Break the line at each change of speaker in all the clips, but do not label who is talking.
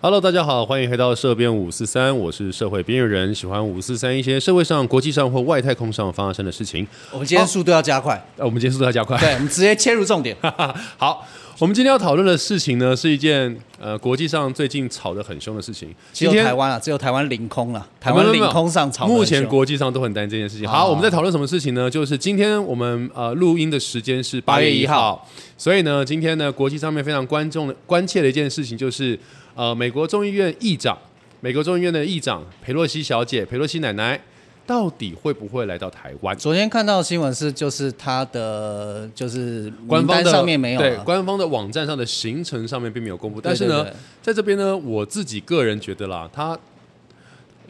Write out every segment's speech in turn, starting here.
Hello，大家好，欢迎回到社编五四三，我是社会边缘人，喜欢五四三一些社会上、国际上或外太空上发生的事情。
我们今天速度要加快，
呃，我们今天速度要加快。
对，我们直接切入重点。
好，我们今天要讨论的事情呢，是一件呃国际上最近吵得很凶的事情。
只
今
有
天
台湾啊，只有台湾领空了，台湾领空上吵得很凶。
目前国际上都很担心这件事情。好，
哦
我们在讨论什么事情呢？就是今天我们呃录音的时间是八
8
月
月
一
1
号
号，
所以呢，今天呢国际上面非常关重的关切的一件事情就是，呃，美国众议院议长，美国众议院的议长佩洛西小姐，佩洛西奶奶到底会不会来到台湾？
昨天看到的新闻是，就是他的就是
官
名
方
单
的
上面没有
对
啊
官方的网站上的行程上面并没有公布，
对
但是呢，
对对
在这边呢，我自己个人觉得啦，他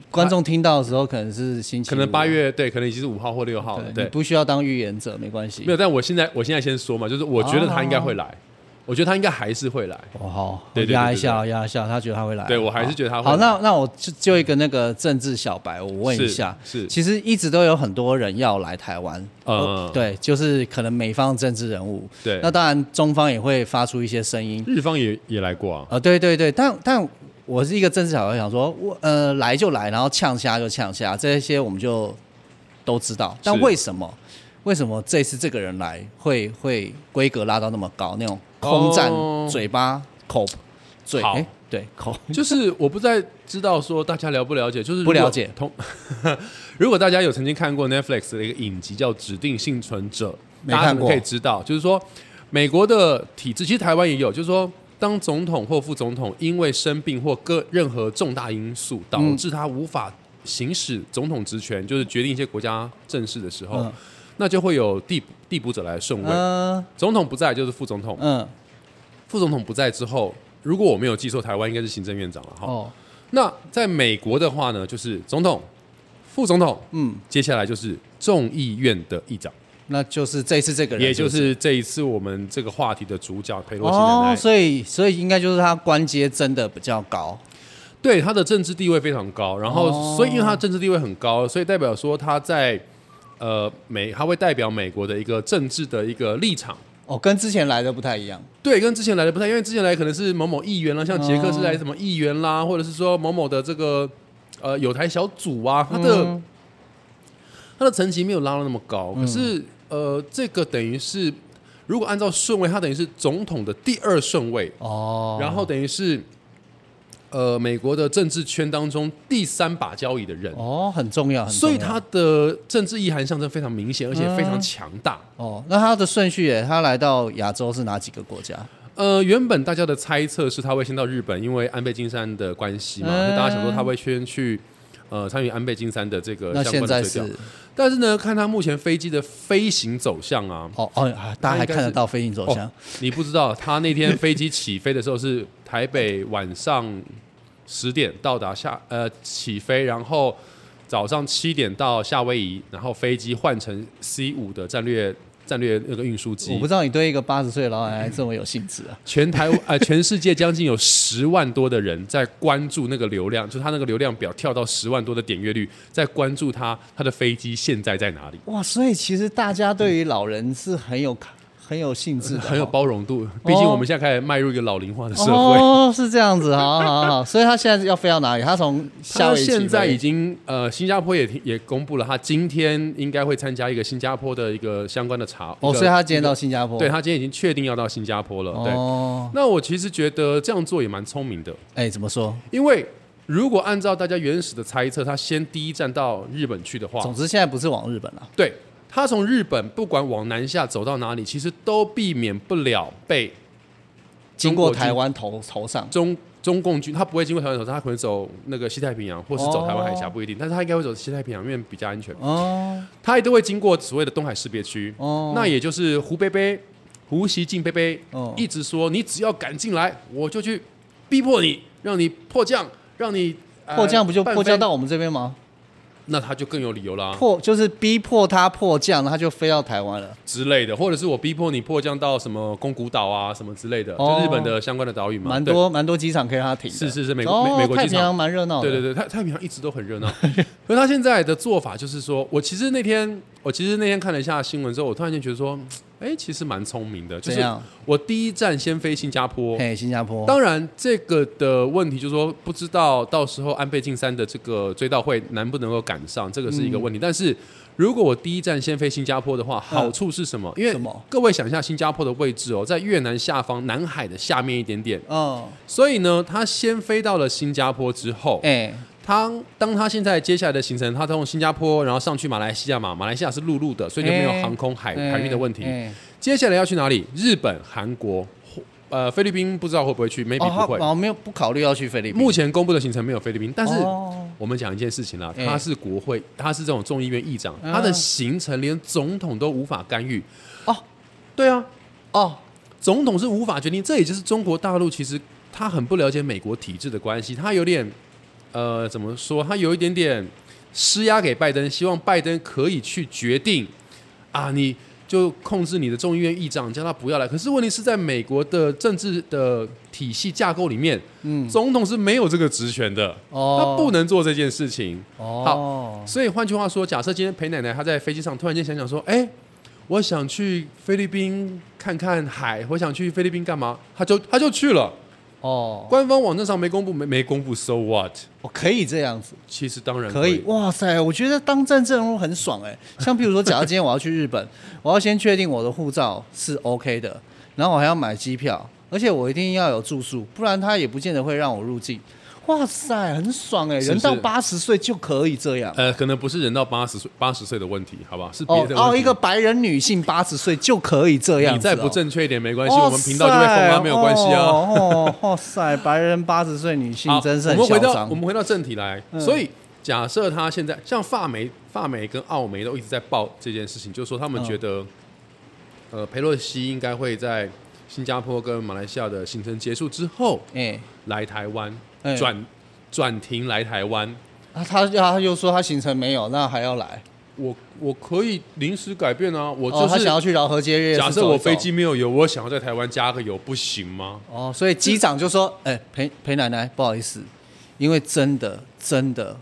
观众听到的时候可能是星期五，啊
可能八月对，可能已经是五号或六号了，
对，
对
你，不需要当预言者，没关系
没。有，但我现在我现在先说嘛，就是我觉得他应该会来，我觉得他应该还是会来。
哦，好，
对对
压
对
一
对
下，压一下，他觉得他会来。啊
对我还是觉得他会
好，
来
那那我就就一个那个政治小白，我问一下，
是是
其实一直都有很多人要来台湾，
嗯
呃对，就是可能美方政治人物，
对
那当然中方也会发出一些声音，
日方也也来过啊，
呃，对对对，但但我是一个政治小白，想说我呃来就来，然后呛虾就呛虾，这些我们就都知道，但
是
为什么？为什么这次这个人来会会规格拉到那么高？那种空战、
哦
嘴巴、口、嘴，
好
哎，对口，
就是我不再知道说大家了不了解，就是如果
不了解
同。 如果大家有曾经看过 Netflix 的一个影集叫《指定幸存者》，
没
大家
看
可能
过
可以知道，就是说美国的体制，其实台湾也有，就是说。当总统或副总统因为生病或各任何重大因素导
嗯
致他无法行使总统职权，就是决定一些国家政事的时候，
嗯
那就会有递补递补者来顺位。
嗯
总统不在就是副总统，
嗯
副总统不在之后，如果我没有记错，台湾应该是行政院长了哈。
哦
那在美国的话呢，就是总统、副总统，
嗯，
接下来就是众议院的议长，
那就是这次这个人，
也就是这一次我们这个话题的主角佩洛西奶奶。
哦，所以所以应该就是他官阶真的比较高，
对他的政治地位非常高，然后、
哦
所以因为他政治地位很高，所以代表说他在呃美他会代表美国的一个政治的一个立场。
哦，跟之前来的不太一样，
对，跟之前来的不太，因为之前来可能是某某议员啦，像捷
哦
克是来什么议员啦，或者是说某某的这个呃有台小组啊，他的、
嗯
他的层级没有拉到那么高，可是、呃，这个等于是如果按照顺位，他等于是总统的第二顺位，
哦，
然后等于是呃美国的政治圈当中第三把交椅的人，
哦很重要，很重要嗯
所以他的政治意涵象征非常明显，而且非常强大。
哦，那他的顺序耶，他来到亚洲是哪几个国家？
呃，原本大家的猜测是他会先到日本，因为安倍晋三的关系嘛，
嗯
就大家想说他会先去呃参与安倍晋三的这个
那
呃相
现
关的
在
推
是
掉。但是呢，看他目前飞机的飞行走向啊，
哦哦，啊大家还看得到飞行走向，
你不知道他那天飞机起飞的时候是台北晚上十点到达下呃起飞，然后早上七点到夏威夷，然后飞机换成 C 五的战略战略那个运输
我
机
不。知道你对一个八十岁的老奶奶这么有兴致啊。
全台湾呃，全世界将近有十万多的人在关注那个流量，就他那个流量表跳到十万多的点阅率，在关注他他的飞机现在在哪里，
哇，所以其实大家对于老人是很有看很有兴致的哦，
很有包容度。毕竟我们现在开始迈入一个老龄化的社会，
哦，是这样子，好好好。所以他现在要飞到哪里？他从夏
他
威夷起
现在
飞
已经呃，新加坡也也公布了，他今天应该会参加一个新加坡的一个相关的查。
哦，
一个
所以他今天到新加坡，
对他今天已经确定要到新加坡了。对，
哦，
那我其实觉得这样做也蛮聪明的，
哎，怎么说？
因为如果按照大家原始的猜测，他先第一站到日本去的话
总，之现在不是往日本啊了，
对他从日本不管往南下走到哪里，其实都避免不了被
经
中国
过
军
台湾头头上，
中中共军，他不会经过台湾走，他可能走那个西太平洋，或是走台湾海峡，不一定，但是他应该会走西太平洋，因为比较安全。
哦
它都会经过所谓的东海识别区，
哦
那也就是胡贝贝、胡锡进贝贝、
哦
一直说，你只要敢进来，我就去逼迫你，让你迫降，让你、呃
迫降不就
半
迫
飞
降到我们这边吗？
那他就更有理由啦
迫就是逼迫他迫降，他就飞到台湾了。
之类的，或者是我逼迫你迫降到什么宫古岛啊什么之类的，
哦
就日本的相关的岛屿嘛，
蛮
对。
多蛮多机场可以让他停的。
是是是美国
哦、
美美国机场
太平洋蛮热闹的。
对对
对。
对，太太平洋一直都很热闹，可是他现在的做法就是说，我其实那天我其实那天看了一下新闻之后，我突然间觉得说，哎、其实蛮聪明的。就
怎
是
样？
我第一站先飞新加坡，
嘿，新加坡，
当然这个的问题就是说，不知道到时候安倍晋三的这个追悼会能不能够赶上，这个是一个
嗯
问题。但是如果我第一站先飞新加坡的话，好处是什么？因为
嗯什么
各位想一下新加坡的位置哦，在越南下方南海的下面一点点，
哦，
所以呢，他先飞到了新加坡之后，
哎，
他当他现在接下来的行程，他从新加坡，然后上去马来西亚嘛，马来西亚是陆路的，所以就没有
哎
航空海、
哎
海运的问题。
哎
接下来要去哪里？日本、韩国，或呃，菲律宾不知道会不会去，maybe
哦，他
不会。
哦没有不考虑要去菲律宾，
目前公布的行程没有菲律宾，但是
哦
我们讲一件事情啦，
哎
他是国会，他是这种众议院议长，
嗯
他的行程连总统都无法干预。
哦，
对啊，
哦，
总统是无法决定，这也就是中国大陆其实他很不了解美国体制的关系，他有点呃怎么说，他有一点点施压给拜登，希望拜登可以去决定啊，你就控制你的众议院议长，叫他不要来。可是问题是在美国的政治的体系架构里面，
嗯，
总统是没有这个职权的，他
哦，
不能做这件事情。
哦，
所以换句话说，假设今天裴奶奶她在飞机上突然间想想说，哎、我想去菲律宾看看海，我想去菲律宾干嘛？她就她就去了。
哦，
官方网站上没公布，没没公布，so what？
我可以这样子，
其实当然
可以
以，，
哇塞，我觉得当政治人物很爽哎、 像譬如说，假如今天我要去日本， 我要先确定我的护照是 OK 的，然后我还要买机票，而且我一定要有住宿，不然他也不见得会让我入境。哇塞，很爽哎、
是不
人到
是
八十岁就可以这样。
呃，可能不是人到八十岁八十岁的问题，好吧？是别
哦
的问
哦，
题
一个白人女性八十岁就可以这样
你
子哦、
再不正确一点没关系，
哇塞，
我们频道就被封了，没有关系啊。
哦，哦哇塞，白人八十岁女性
好，
真是
我
很
们回
嚣
到
张
我。们回到正题来，
嗯
所以假设他现在像法媒、法媒跟澳媒都一直在报这件事情，就是说他们
嗯
觉得，呃，佩洛西应该会在新加坡跟马来西亚的行程结束之后
哎、
来台湾
哎
转转停来台湾。
啊他他又说他行程没有，那还要来。
我我可以临时改变啊，我
哦，他
就
想
是
要去饶河街夜市
假设
走一
我飞
走
机没有油，我想要在台湾加个油，不行 吗？
哦，所以机长就说：“哎、裴裴奶奶，不好意思，因为真的真的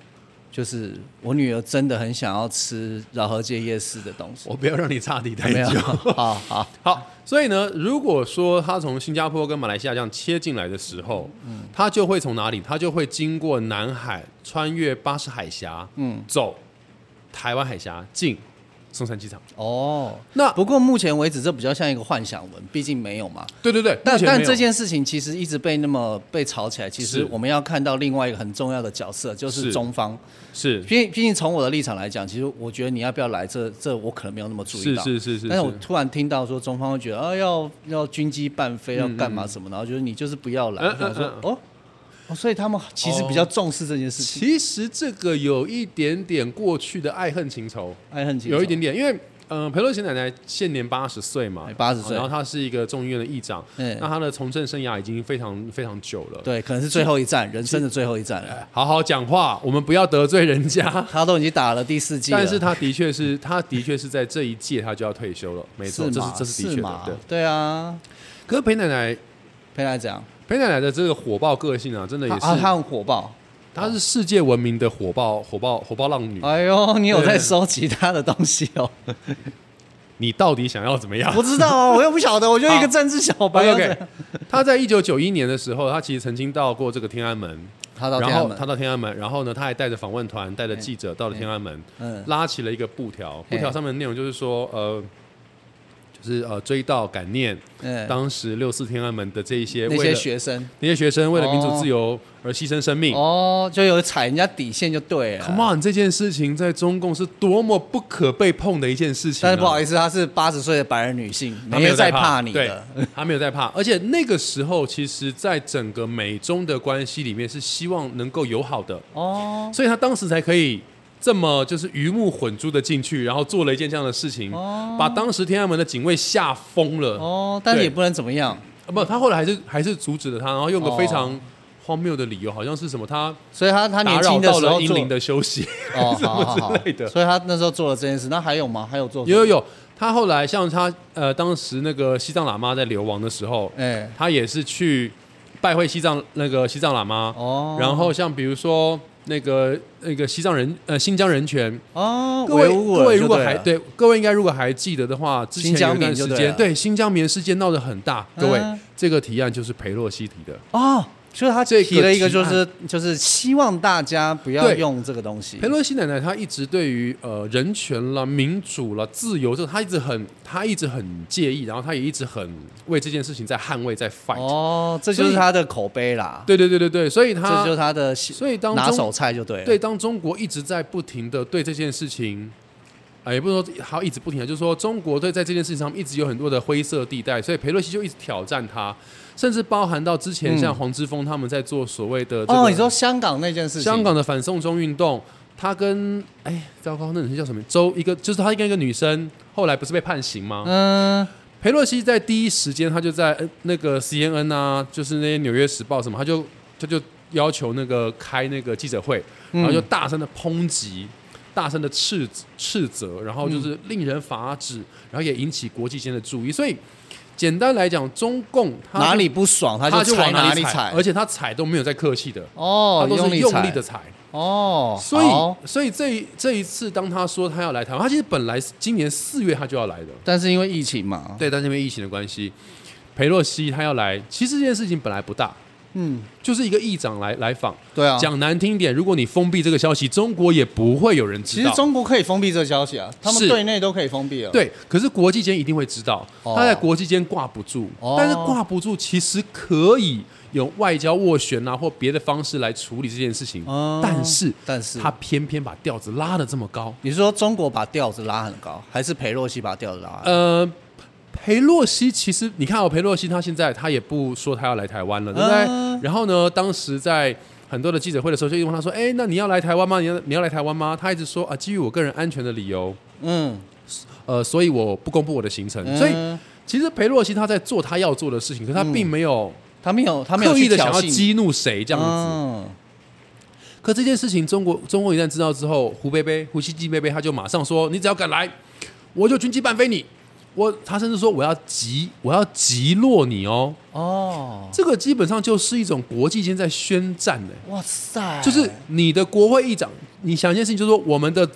就是我女儿真的很想要吃饶河街夜市的东西，
我不要让你差题太
没有？
久。
好好，
好，所以呢，如果说他从新加坡跟马来西亚这样切进来的时候，
嗯
他就会从哪里？他就会经过南海，穿越巴士海峡，
嗯，
走台湾海峡，进松山机场。
哦。
那
不过目前为止，这比较像一个幻想文，毕竟没有嘛。
对对对，
但
目前没有
但这件事情其实一直被那么被炒起来，其
是
实我们要看到另外一个很重要的角色，就是是中方。
是
毕毕竟从我的立场来讲，其实我觉得你要不要来这这我可能没有那么注意
是
到。
是是是，
但是我突然听到说中方会觉得啊要要军机办飞要干嘛什么，然后就是你就是不要来，
嗯
我想说
嗯
哦哦，所以他们其实比较重视这件事情，
其实这个有一点点过去的爱恨情仇，
爱恨情仇
有一点点，因为呃，裴洛西奶奶现年八十岁嘛哦
哎，80岁
然后她是一个众议院的议长，
嗯
那她的从政生涯已经非常非常久了。
对，可能是最后一站，人生的最后一站了，
好好讲话，我们不要得罪人 家。
他都已经打了第四季了，
但是他的确是，他的确是在这一届他就要退休了，没错，
是
这是
嘛
这是的确的
嘛。
对，
对啊，
可是裴奶奶，
裴来讲，
裴奶奶的这个火爆个性啊，真的也
他
是，
啊他很火爆，
她是世界闻名的火爆火爆火爆浪女。
哎呦，你有
嗯
在
对
收集他的东西哦？
你到底想要怎么样
我知道啊，我又不晓得，我就一个政治小 白。
？OK OK，她在一九九一年的时候，她其实曾经到过这个天安门，
他到天
然
安
后
门
她，到天安门，然后呢，她还带着访问团，带着记者到了天安门，
嗯，
拉起了一个布条，布
嘿
条上面的内容就是说，呃，就是呃追悼感念
嗯
当时六四天安门的这一些
那
为
些
了
学生
那些学生为了民主
哦
自由而牺牲生命。
哦，就有踩人家底线就对了。
Come on，这件事情在中共是多么不可被碰的一件事情、啊
但是不好
思，
意思，她是八十岁的白人女性，
他没有
在
怕
你的。
对，他没有在怕。而且那个时候，其实在整个美中的关系里面是希望能够友好的，
哦
所以他当时才可以这么就是鱼目混珠的进去，然后做了一件这样的事情，
哦
把当时天安门的警卫吓疯了。
哦，但是
对
也不能怎么样，
啊不，他后来还是还是阻止了他，然后用个非
哦
常荒谬的理由，好像是什么他
所以她她
打
年
扰
轻的
到
时
了
候
英
做
灵的休息。
哦，
什么
好好好
之类的，
所以她那时候做了这件事。那还有吗？还有做什
有
么？
有有，他后来像他呃，当时那个西藏喇嘛在流亡的时候，
哎
他也是去拜会西藏那个西藏喇嘛，
哦
然后像比如说那个那个西藏人呃新疆人权，
哦，
各位
维吾尔
各位
就
如果
对
还
了，
对各位应该如果还记得的话，之前
新疆
有一段
棉就
时
对
间
了
对新疆棉事件闹得很大，各位、
嗯
这个提案就是裴洛西提的。
哦，就是他
这个
提了一个，
提
就
案
是就是希望大家不要
对
用这个东西
裴。洛西奶奶她一直对于呃人权了、民主了、自由这，她一直很她一直很介意，然后她也一直很为这件事情在捍卫、在 fight。
哦，这就
所以
是他的口碑啦，
对对对对对，所以
这
她
就是他的
所以当
拿
中
手菜就对了。哦
对，当中国一直在不停的对这件事情，啊、也不是说好一直不停的，就是说中国对在这件事情上面一直有很多的灰色地带，所以裴洛西就一直挑战他，甚至包含到之前像黄之锋他们在做所谓的、这个
嗯哦，你说香港那件事情，
香港的反送中运动，他跟哎糟糕，那女生叫什么？周一个就是他跟一个女生，后来不是被判刑吗？
嗯，
裴洛西在第一时间，他就在呃那个 CNN 啊，就是那些《纽约时报》什么，他就他就要求那个开那个记者会，
嗯
然后就大声的抨击，大声的斥斥责，然后就是令人发指，然后也引起国际间的注意。所以简单来讲，中共他
哪里不爽他
他就
踩
往
哪
里
踩，
而且他踩都没有在客气的，
哦
他，都是
力
用
踩
力的踩。
哦，
所
好
以，所以这一这一次，当他说他要来台湾，他其实本来是今年四月他就要来的，
但是因为疫情嘛，
对，但是因为疫情的关系，裴洛西他要来，其实这件事情本来不大，
嗯，
就是一个议长来来访。
对啊，
讲难听点，如果你封闭这个消息，中国也不会有人
其
知
实
道。
中国可以封闭这消息啊，他们
是
对内都可以封闭了。，
对，可是国际间一定会知道，
哦
他在国际间挂不住，
哦
但是挂不住其实可以用外交斡旋啊或别的方式来处理这件事情，
哦
但是
但是
他偏偏把调子拉得这么高，
你是说中国把调子拉很高，还是裴洛西把调子拉很高？
呃，裴洛西其实你看哦，裴洛西他现在他也不说他要来台湾了，对不对？
嗯
然后呢，当时在很多的记者会的时候，就问他说：“哎，那你要来台湾吗？你要你要来台湾吗？”他一直说啊，基于我个人安全的理由，
嗯，
呃，所以我不公布我的行程。
嗯
所以其实裴洛西他在做他要做的事情，可是他并没有
他没嗯有，他没有
刻意的想要
去挑衅
激怒谁这样子。
嗯
可这件事情，中国中共一旦知道之后，胡贝贝、胡锡进贝贝他就马上说：“你只要敢来，我就军机办飞你。”我他甚至说我要击我要击落你哦，
哦，
这个基本上就是一种国际间在宣战的、
哇塞，
就是你的国会议长，你想一件事情，就是说我们的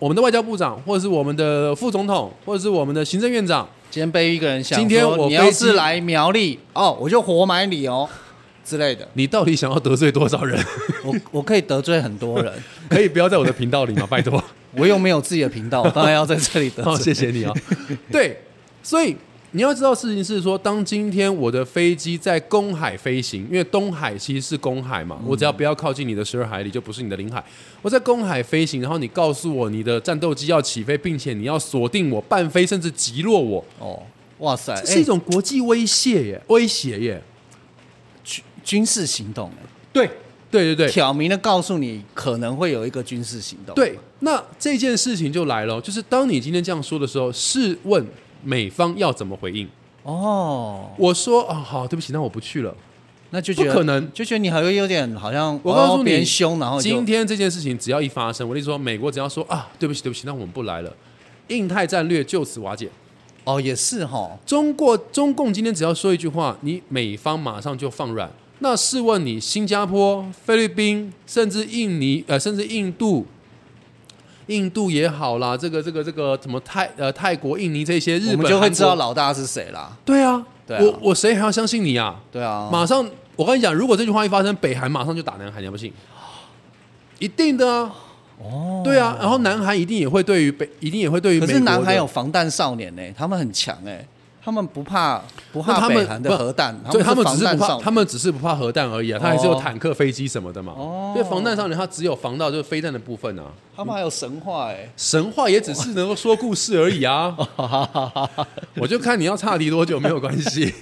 我们的外交部长，或者是我们的副总统，或者是我们的行政院长，
今天被一个人想说，
今天我
你要
飞机
是来苗栗哦，我就活埋你哦 之类的，
你到底想要得罪多少人？
我我可以得罪很多人，
可以不要在我的频道里吗？拜托。
我又没有自己的频道，我当然要在这里 得
好，谢
罪。
谢你啊、对，所以你要知道事情是说，当今天我的飞机在公海飞行，因为东海其实是公海嘛，我只要不要靠近你的十二海里，就不是你的领海。我在公海飞行，然后你告诉我你的战斗机要起飞，并且你要锁定我半飞，甚至击落我，
哦，哇塞，
这是一
哎
种国际威胁耶，威胁耶。
哎军军事行动，哎
对，对对对，
挑明的告诉你可能会有一个军事行动。
对，那这件事情就来了，就是当你今天这样说的时候，试问美方要怎么回应？
哦，
我说啊、好，对不起，那我不去了。
那就觉得
不可能
就觉得你好像有点好像
我告诉
哦
你，
别人凶，然后就
今天这件事情只要一发生，我跟你说，美国只要说啊，对不起，对不起，那我们不来了，印太战略就此瓦解。
哦也是哈，
中国中共今天只要说一句话，你美方马上就放软。那试问你，新加坡、菲律宾，甚至印尼，呃，甚至印度，印度也好啦，这个这个这个什么泰呃泰国、印尼这些，日
我
本
们就会
韩国
知道老大是谁啦。
对啊，
对啊
我我谁还要相信你啊？
对啊，
马上，我跟你讲，如果这句话一发生，北韩马上就打南韩，你还不信？一定的啊。哦，对啊，然后南韩一定也会对于北，一定也会对于
可
美国
是
的。
南韩有防弹少年呢、他们很强哎、他们不怕不
那
怕
他
北
们
韩的核弹，
所以他们只
防
是
弹
不
少
怕，
年
他们只是不怕核弹而已啊，他还是有
哦
坦克、飞机什么的嘛。哦，因为防弹少年他只有防到就是飞弹的部分啊，
他们还有神话哎、
神话也只是能够说故事而已 啊。我就看你要岔题多久，没有关系。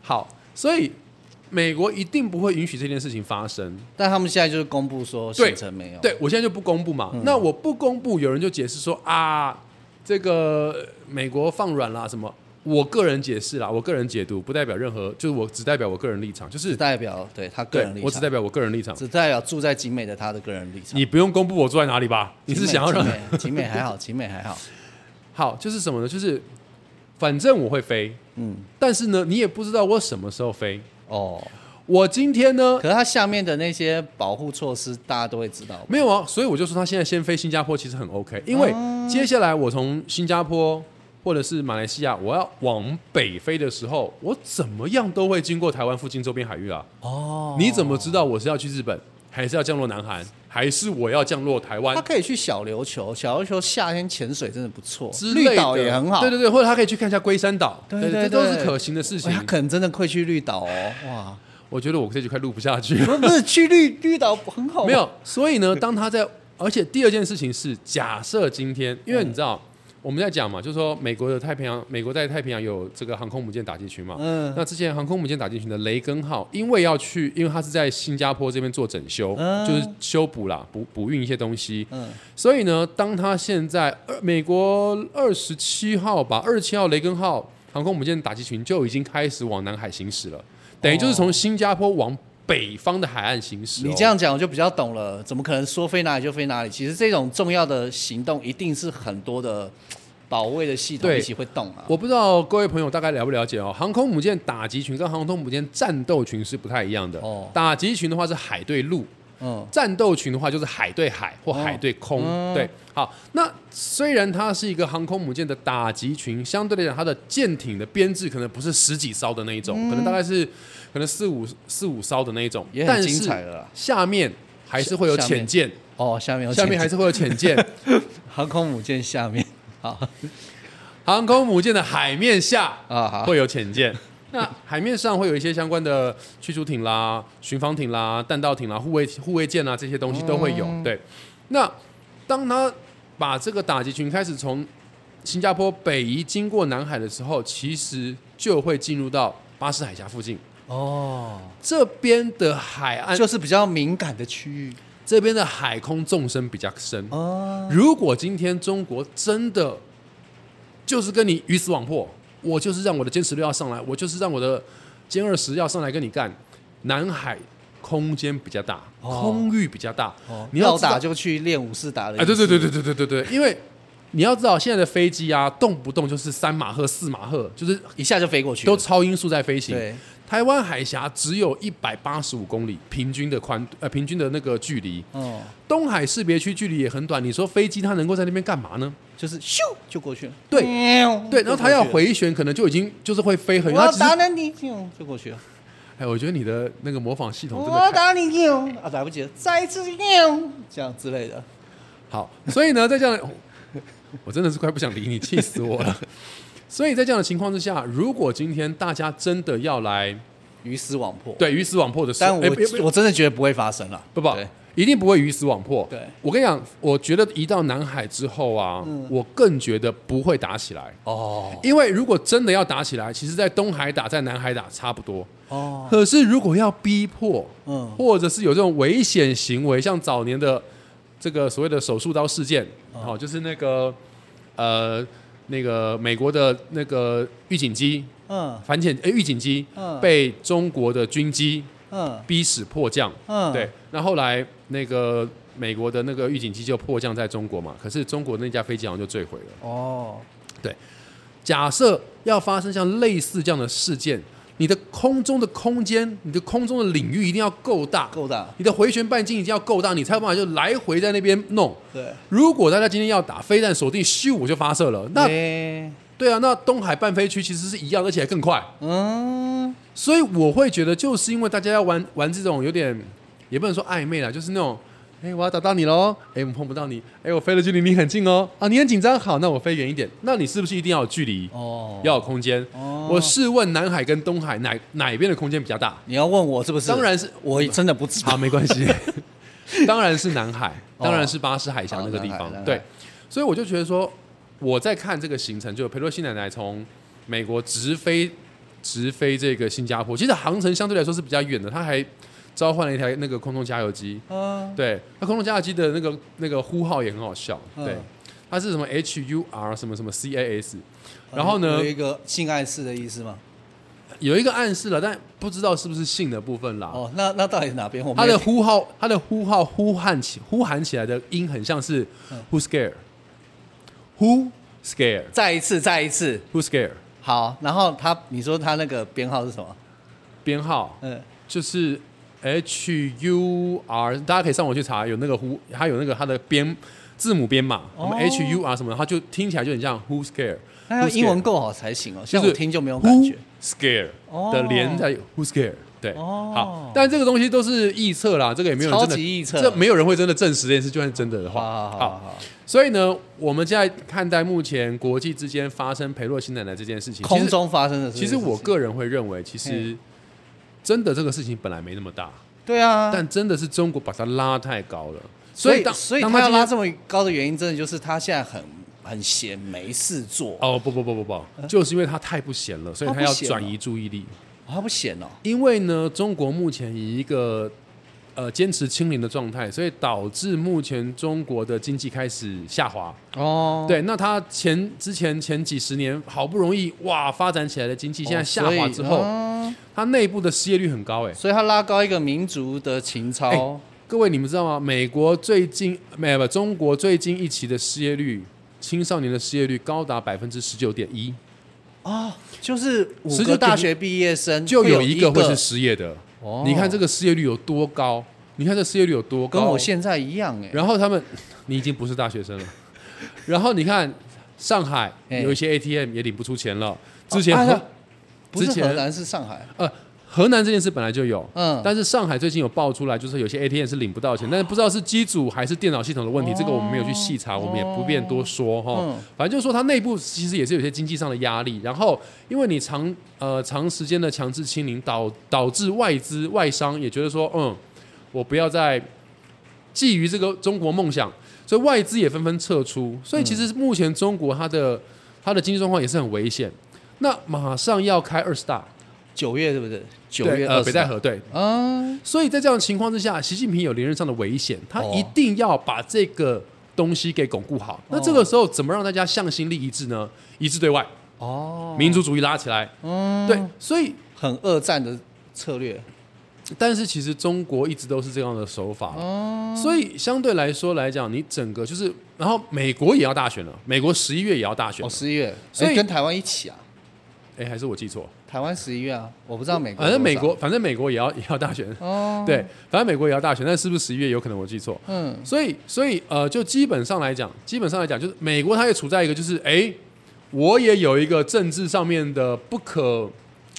好，所以美国一定不会允许这件事情发生。
但他们现在就是公布说
对
行程没有，
对，我现在就不公布嘛。
嗯
那我不公布，有人就解释说啊，这个呃美国放软啦什么。我个人解释啦，我个人解读，不代表任何，就是我只代表我个人立场，就是
只代表对他个
对
人立场，
我只代表我个人立场。
只代表住在景美的他的个人立场。
你不用公布我住在哪里吧？你是想要让
景美景美 还好，景美还好，
好，就是什么呢？就是反正我会飞，
嗯，
但是呢，你也不知道我什么时候飞。
哦，
我今天呢
可是它下面的那些保护措施，大家都会知道。
没有啊，所以我就说他现在先飞新加坡其实很 OK，因为
哦
接下来我从新加坡或者是马来西亚，我要往北飞的时候，我怎么样都会经过台湾附近周边海域啊。
哦，
你怎么知道我是要去日本，还是要降落南韩，还是我要降落台湾
它可以去小琉球，小琉球夏天潜水真的不错，
之类的？
绿岛也很好。哎
对对对，或者他可以去看一下龟山岛，
对对
这都是
对
可行的事情
哎他。可能真的会去绿岛哦，哇！
我觉得我这句快 录不下去了。
不不是去绿绿岛很好，
没有，所以呢，
嗯
当他在，而且第二件事情是，假设今天，因为你知道、我们在讲嘛，就是说美国的太平洋，美国在太平洋有这个航空母舰打击群嘛。
嗯
那之前航空母舰打击群的雷根号，因为要去，因为它是在新加坡这边做整修，
嗯
就是修补啦，补补运一些东西。
嗯
所以呢，当他现在呃美国二十七号吧，二十七号雷根号航空母舰打击群就已经开始往南海行驶了，等于就是
哦
从新加坡往北方的海岸行驶、哦。
你这样讲我就比较懂了，怎么可能说飞哪里就飞哪里？其实这种重要的行动一定是很多的保卫的系统
对
一起会动啊。
我不知道各位朋友大概了不了解哦，航空母舰打击群跟航空母舰战斗群是不太一样的。
哦
打击群的话是海对陆，
嗯，
战斗群的话就是海对海或海对空。
哦嗯
对，好，那虽然它是一个航空母舰的打击群，相对来讲它的舰艇的编制可能不是十几艘的那一种，可能大概是可能四五四五艘的那一种，
嗯也
但
很精
是
彩了啦。
下面还是会有
下下
潜
面
舰，
哦，下面有
下面
潜
还是会有潜舰，
航空母舰下面，好
航空母舰的海面下
啊好，
会有潜舰。那海面上会有一些相关的驱逐艇啦、巡防艇啦、弹道艇啦、护卫护卫舰啦，啊这些东西都会有。对，那当他把这个打击群开始从新加坡北移经过南海的时候，其实就会进入到巴士海峡附近
哦，
这边的海岸，
就是比较敏感的区域
这边的海空纵深比较深。
哦，
如果今天中国真的就是跟你鱼死网破，我就是让我的歼十六要上来，我就是让我的歼二十要上来跟你干，南海空间比较大，
哦
空域比较大，
哦
你要
要
知道
打就去练武士打的意
哎，
思，
对对对对对对对对，因为你要知道现在的飞机啊，动不动就是三马赫、四马赫，就是
一下就飞过去了，
都超音速在飞行。
对，
台湾海峡只有一百八十五公里平均的宽，呃，平均的那个距离。
哦，
东海识别区距离也很短，你说飞机它能够在那边干嘛呢？
就是咻就过去了，
对
喵
对，然后它要
就过去了。
回旋，可能就已经就是会飞很远。
我
它
要
只
打
是
了你，咻就过去了。
哎，我觉得你的那个模仿系统真
我
的太
打你牛啊，来不及了，再一次牛，这样之类的。
好，所以呢，在这样的， 我真的是快不想理你，气死我了。 所以在这样的情况之下，如果今天大家真的要来
鱼死网破。，
对鱼死网破的时
但
候，
我、
哎别别
我真的觉得不会发生了。
不不
对，
一定不会鱼死网破。
对
我跟你讲，我觉得一到南海之后啊，我更觉得不会打起来，
嗯哦
因为如果真的要打起来，其实在东海打，在南海打差不多。
哦，
可是如果要逼迫，
嗯
或者是有这种危险行为，像早年的这个所谓的手术刀事件，
嗯
哦，就是那个呃那个美国的那个预警机
嗯
反潜诶预警机
嗯
被中国的军机
嗯
逼使迫降，
嗯，
对，那后来那个美国的那个预警机就迫降在中国嘛，可是中国那架飞机好像就坠毁了。
哦，
假设要发生像类似这样的事件，你的空中的空间，你的空中的领域一定要够大，
够大。
你的回旋半径一定要够大，你才有办法就来回在那边弄。
对，
如果大家今天要打飞弹锁定，咻我就发射了。那
诶
对啊，那东海半飞区其实是一样，而且还更快。
嗯
所以我会觉得，就是因为大家要玩玩这种有点，也不能说暧昧啦，就是那种，哎、我要打到你喽，哎、我碰不到你，哎、我飞的距离你很近哦，啊，你很紧张，好，那我飞远一点，那你是不是一定要有距离？
哦，
要有空间。
哦
我试问南海跟东海哪哪边的空间比较大？
你要问我是不是？
当然是
我真的不 知
好，
道。
没关 系，当然是南海，
哦
当然是巴士海峡那个地
哦
方
南。海
对
南海，
所以我就觉得说，我在看这个行程，就佩洛西奶奶从美国直飞直飞这个新加坡，其实航程相对来说是比较远的，她还召唤了一台那个空中加油机。
嗯，
对，那空中加油机的那个那个呼号也很好笑，
嗯
对，它是什么 H U R 什么什么 C A S，然
啊
后呢
有一个性暗示的意思吗？
有一个暗示了，但不知道是不是性的部分啦。
哦，那那到底哪边？我
他
们
的呼号，他的呼号呼喊起呼喊起来的音很像是
嗯
Who scare? Who scare?
再一次，再一次。
Who scare?
好，然后他，你说他那个编号是什么？
编号
嗯，
就是 H U R，大家可以上网去查，有那个 Who，它有那个它的编字母编码，什么 H U R 什么的，它就听起来就很像 Who Scare，
哦那要
Who
英文
Scare
够好才行哦，
就
像
是
我听就没有感觉。
Who
哦
Scare 的连在 Who Scare。对，
哦
好，但这个东西都是臆测啦，这个也没有人真的
超级臆测
这没有人会真的证实这件事，就算是真的的话，
好好好好，好
所以呢，我们现在看待目前国际之间发生裴洛西奶奶这件事情，
空中发生的这
其实。
件
其实
事情。
我个人会认为，其实真的这个事情本来没那么大，
对啊，
但真的是中国把它拉太高了。
所
以当
所以
当
他要
今天
拉这么高的原因，真的就是他现在很很闲，没事做，哦、
哦不不不不不，就是因为他太不闲了，所以
他
他
哦不
要
闲
转
了
移注意力。
他不闲哦。
因为呢，中国目前以一个呃坚持清零的状态，所以导致目前中国的经济开始下滑。
哦，
对，那他前之前前几十年好不容易哇发展起来的经济，现在下滑之后，
哦
它内部的失业率很高哎、
所以他拉高一个民族的情操，
哎各位你们知道吗？美国最近没有不中国最近一期的失业率，青少年的失业率高达百分之十九点一，
嗯就是五
十九点
个大学毕业生
就
有
有一个会是失业的。
哦
你看这个失业率有多高？你看这失业率有多高？
跟我现在一样哎、
然后他们， 你已经不是大学 生了。然后你看上海
哎
有一些 ATM 也领不出钱了，之前
啊
河、
啊不是
之前
河南是上海，
呃，河南这件事本来就有，
嗯
但是上海最近有爆出来，就是有些 ATM 是领不到钱，但是不知道是机组还是电脑系统的问题，这个我们没有去细查，我们也不便多说哈。
哦嗯
反正就是说它内部其实也是有些经济上的压力，然后因为你长呃长时间的强制清零，导导致外资外商也觉得说，嗯，我不要再觊觎这个中国梦想，所以外资也纷纷撤出，所以其实目前中国它的它的经济状况也是很危险。那马上要开二十大，
九月是不是？九
对
月
呃
二
北
十
戴河对，
啊，
所以在这样的情况之下，习近平有连任上的危险，他
哦
一定要把这个东西给巩固好。那这个时候怎么让大家向心力一致呢？一致对外，
哦，嗯
民族主义拉起来。对，所以
很恶战的策略，
但是其实中国一直都是这样的手法，
嗯
所以相对来说来讲，你整个就是，然后美国也要大选了，美国十一月也要大选
哦，
了，
十一月，
所以
哎跟台湾一起啊，
哎、还是我记错，
台湾十一月啊，我不知道美国多
反正呃
少，
美国反正美国也要也 要大选，
哦，
对，反正美国也要大选，但是不是十一月有可能我记错，
嗯，
所以，所以呃，就基本上来讲，基本上来讲，就是美国它也处在一个就是，哎，我也有一个政治上面的不可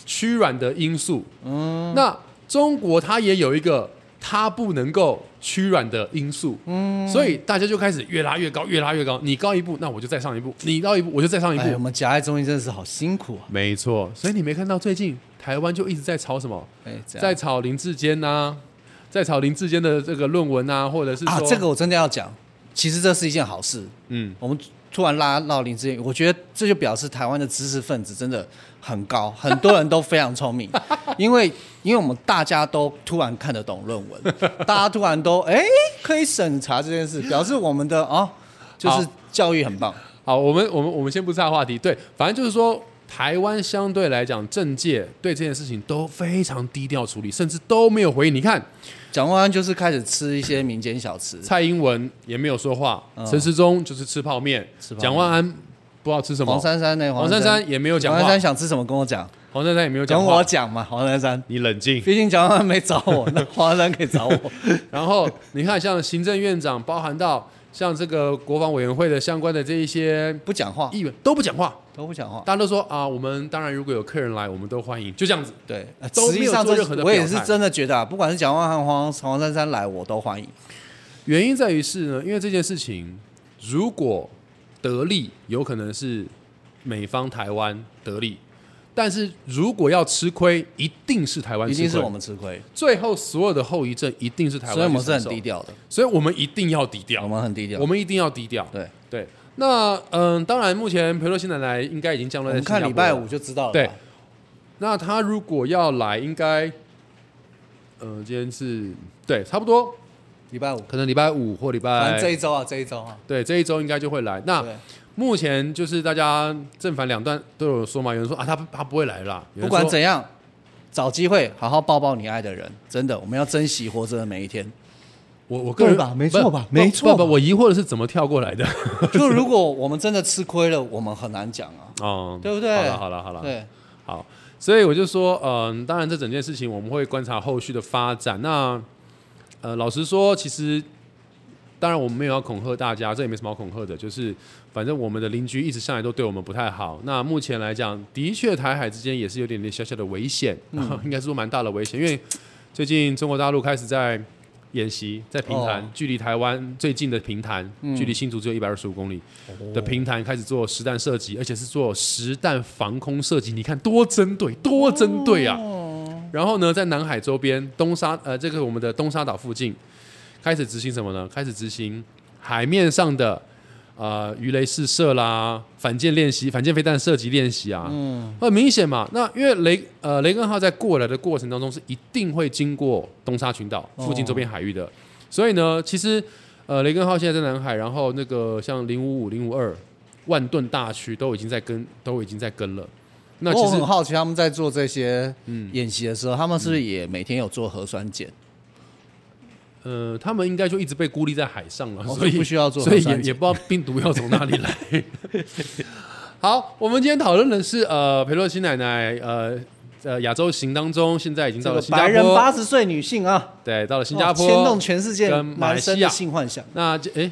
屈软的因素。嗯，那中国它也有一个它不能够屈软的因素。嗯，所以大家就开始越拉越高，越拉越高。你高一步，那我就再上一步；你高一步，我就再上一步。
哎，我们夹在中间真的是好辛苦啊，
没错，所以你没看到最近台湾就一直在吵什么，
哎，这样
在吵林志坚呐、在吵林志坚的这个论文啊，或者是说、
啊，这个我真的要讲，其实这是一件好事。
嗯。
我们突然拉到林志颖，我觉得这就表示台湾的知识分子真的很高， 很多人都非常聪明，因为因为我们大家都突然看得懂论 文，大家突然都哎、可以审查这件事，表示我们的啊、就是
好
教育很棒。
好，我们我们我们先不岔话题，对，反正就是说，台湾相对来讲，政界对这件事情都非常低调处理，甚至都没有回应。你看，
蒋万安就是开始吃一些民间小吃，
蔡英文也没有说话，
嗯
陈时中就是吃泡面
吃泡，面
蒋万安不知道吃什么，
黄珊珊呢？
黄珊
珊
珊也没有讲
黄
话
珊，珊想吃什么跟我讲，
黄珊珊也没有讲
跟我
话，
讲嘛，黄珊珊。
你冷静。
毕竟蒋万安没找我，那黄珊珊可以找我。
然后你看，像行政院长，包含到像这个国防委员会的相关的这一些
不讲话，
议员都不讲话，
都不讲话。
大家都说啊，我们当然如果有客人来，我们都欢迎，就这样子。
对，呃
都没
实际
有
上
做
这
任何的
我也
表
是
态
真的觉得啊，不管是蒋万安、黄黄珊珊来，我都欢迎。
原因在于是呢，因为这件事情如果得利，有可能是美方台湾得利，但是如果要吃亏，一定是台湾吃
一
亏，
定是我们吃亏，
最后所有的后遗症一定是台湾，
所以我们是很低，调的，
所以我们一定要低调，
我们很低调
我。们一定要低调。
对，
对，那嗯，当然目前裴洛西奶奶应该已经降
我
落在
们
新加
看
坡
礼拜
了
五就知道了吧。
对那他如果要来，应该呃，今天是对，差不多
礼拜五，
可能礼拜五或礼
哎反
拜
正这一周啊，这一周啊。
对，这一周应该就会来。那
对，
目前就是大家正反两端都有说嘛，有人说啊，他他不会来啦，有人
不管
说
怎样，找机会好好抱抱你爱的人，真的，我们要珍惜活着的每一天。
我我个人
对吧没错
不
吧
不
没错
不不，
吧
我疑惑的是怎么跳过来的
就 如果我们真的吃亏了，我们很难讲啊，
哦，
对不对？
好了好了好了，
对，
好。所以我就说，嗯、当然这整件事情我们会观察后续的发展。那呃，老实说，其实当然我们没有要恐吓大家，这也没什么好恐吓的，就是反正我们的邻居一直上来都对我们不太好。那目前来讲，的确台海之间也是有点点小小的危险， 应该是说蛮大的危险，因为最近中国大陆开始在。演习在平潭，
哦
距离台湾最近的平潭，距离新竹只有一百二十五公里的平潭，开始做实弹射击，而且是做实弹防空射击。你看多针对，多针对啊！然后呢，在南海周边东沙呃，这个我们的东沙岛附近开始执行什么呢？开始执行海面上的呃鱼雷试射啦、反舰练习、反舰飞弹射击练习啊。嗯，很明显嘛。那因为雷呃雷根号在过来的过程当中是一定会经过东沙群岛附近周边海域的，所以呢，其实呃雷根号现在在南海，然后那个像零五五、零五二。万吨大区都已经在跟，都已经在跟了。那其
我
实嗯
很好奇他们在做这些演习的时候，他们是不是也每天有做核酸检？
呃，他们应该就一直被孤立在海上了，
哦
所以
就不需要做
所以
核
也
酸
也不知道病毒要从哪里来。 好，我们今天讨论的是呃，佩洛西奶奶呃呃亚洲行当中，现在已经
这
到了
个
新
白
加
人八
坡，
十岁女性啊，
对，到了新
哦
加坡，
牵动全世界
跟马来
男
西亚
生的性幻想。
那接诶，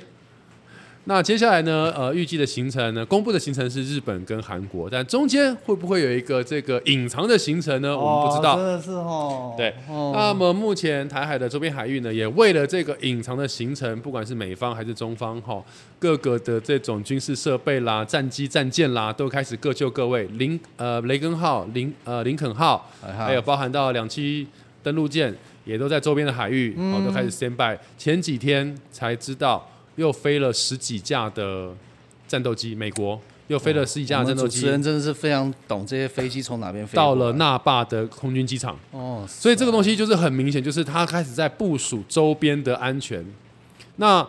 那接下来呢？呃，预计的行程呢，公布的行程是日本跟韩国，但中间会不会有一个这个隐藏的行程呢？我们不知道
哦。真的是哦。
对，
哦
那么目前台海的周边海域呢，也为了这个隐藏的行程，不管是美方还是中方，哈，各个的这种军事设备啦、战机、战舰啦，都开始各就各位。林呃雷根号、林呃林肯号，
哎哈
还有包含到两栖登陆舰，也都在周边的海域，
嗯
哦，都开始 stand by。前几天才知道，又飞了十几架的战斗机，美国又飞了十几架
嗯我
的
们
战斗
主
机
持人真的是非常懂这些飞机从哪边飞
到
过
了
来
那霸的空军机场。
哦，
所以这个东西就是很明显，就是他开始在部署周边的安全。那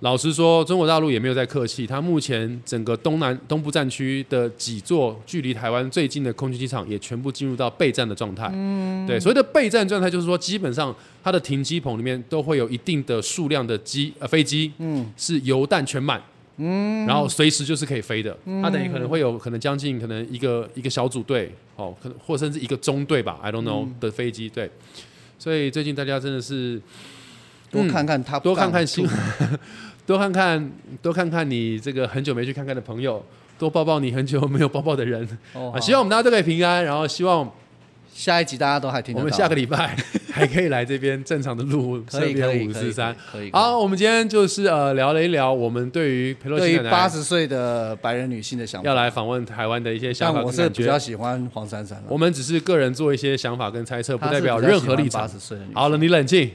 老实说，中国大陆也没有在客气，他目前整个东南东部战区的几座距离台湾最近的空军机场也全部进入到备战的状态。嗯，对，所谓的备战状态就是说，基本上它的停机棚里面都会有一定的数量的机呃飞机，嗯，是油弹全满。嗯，然后随时就是可以飞的，
嗯
它等于可能会有可能将近可能一个一个小组队哦，可能或甚至一个中队吧，I don't know、的
嗯
飞机对，所以最近大家真的是
多看看他，
嗯多看看新， 多看看多看看你这个很久没去看看的朋友，多抱抱你很久没有抱抱的人
哦
啊！
好
希望我们大家都可以平安，然后希望
下一集大家都还听
我
得到。
们下个礼拜 还可以来这边正常的录
可以
这
可以
边五
可以
四三。
可以。可以
好，，我们今天就是呃聊了一聊我们对于佩洛
对
西
于
奶
八
奶
十岁的白人女性的想
要
法，
来访问台湾的一些想
但
法
我
跟
是
感
比较
觉，
喜欢黄珊珊了，
我们只是个人做一些想法跟猜测，不
她
代
是
表
比较
任
喜
何
欢
立场
八。十岁的女性，
好了，你冷静。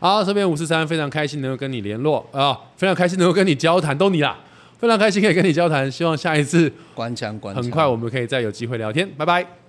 好，这边五四三非常开心能够跟你联络啊、非常开心能够跟你交谈，都你啦，非常开心可以跟你交谈，希望下一次
关腔关腔。
很快我们可以再有机会聊天，拜拜。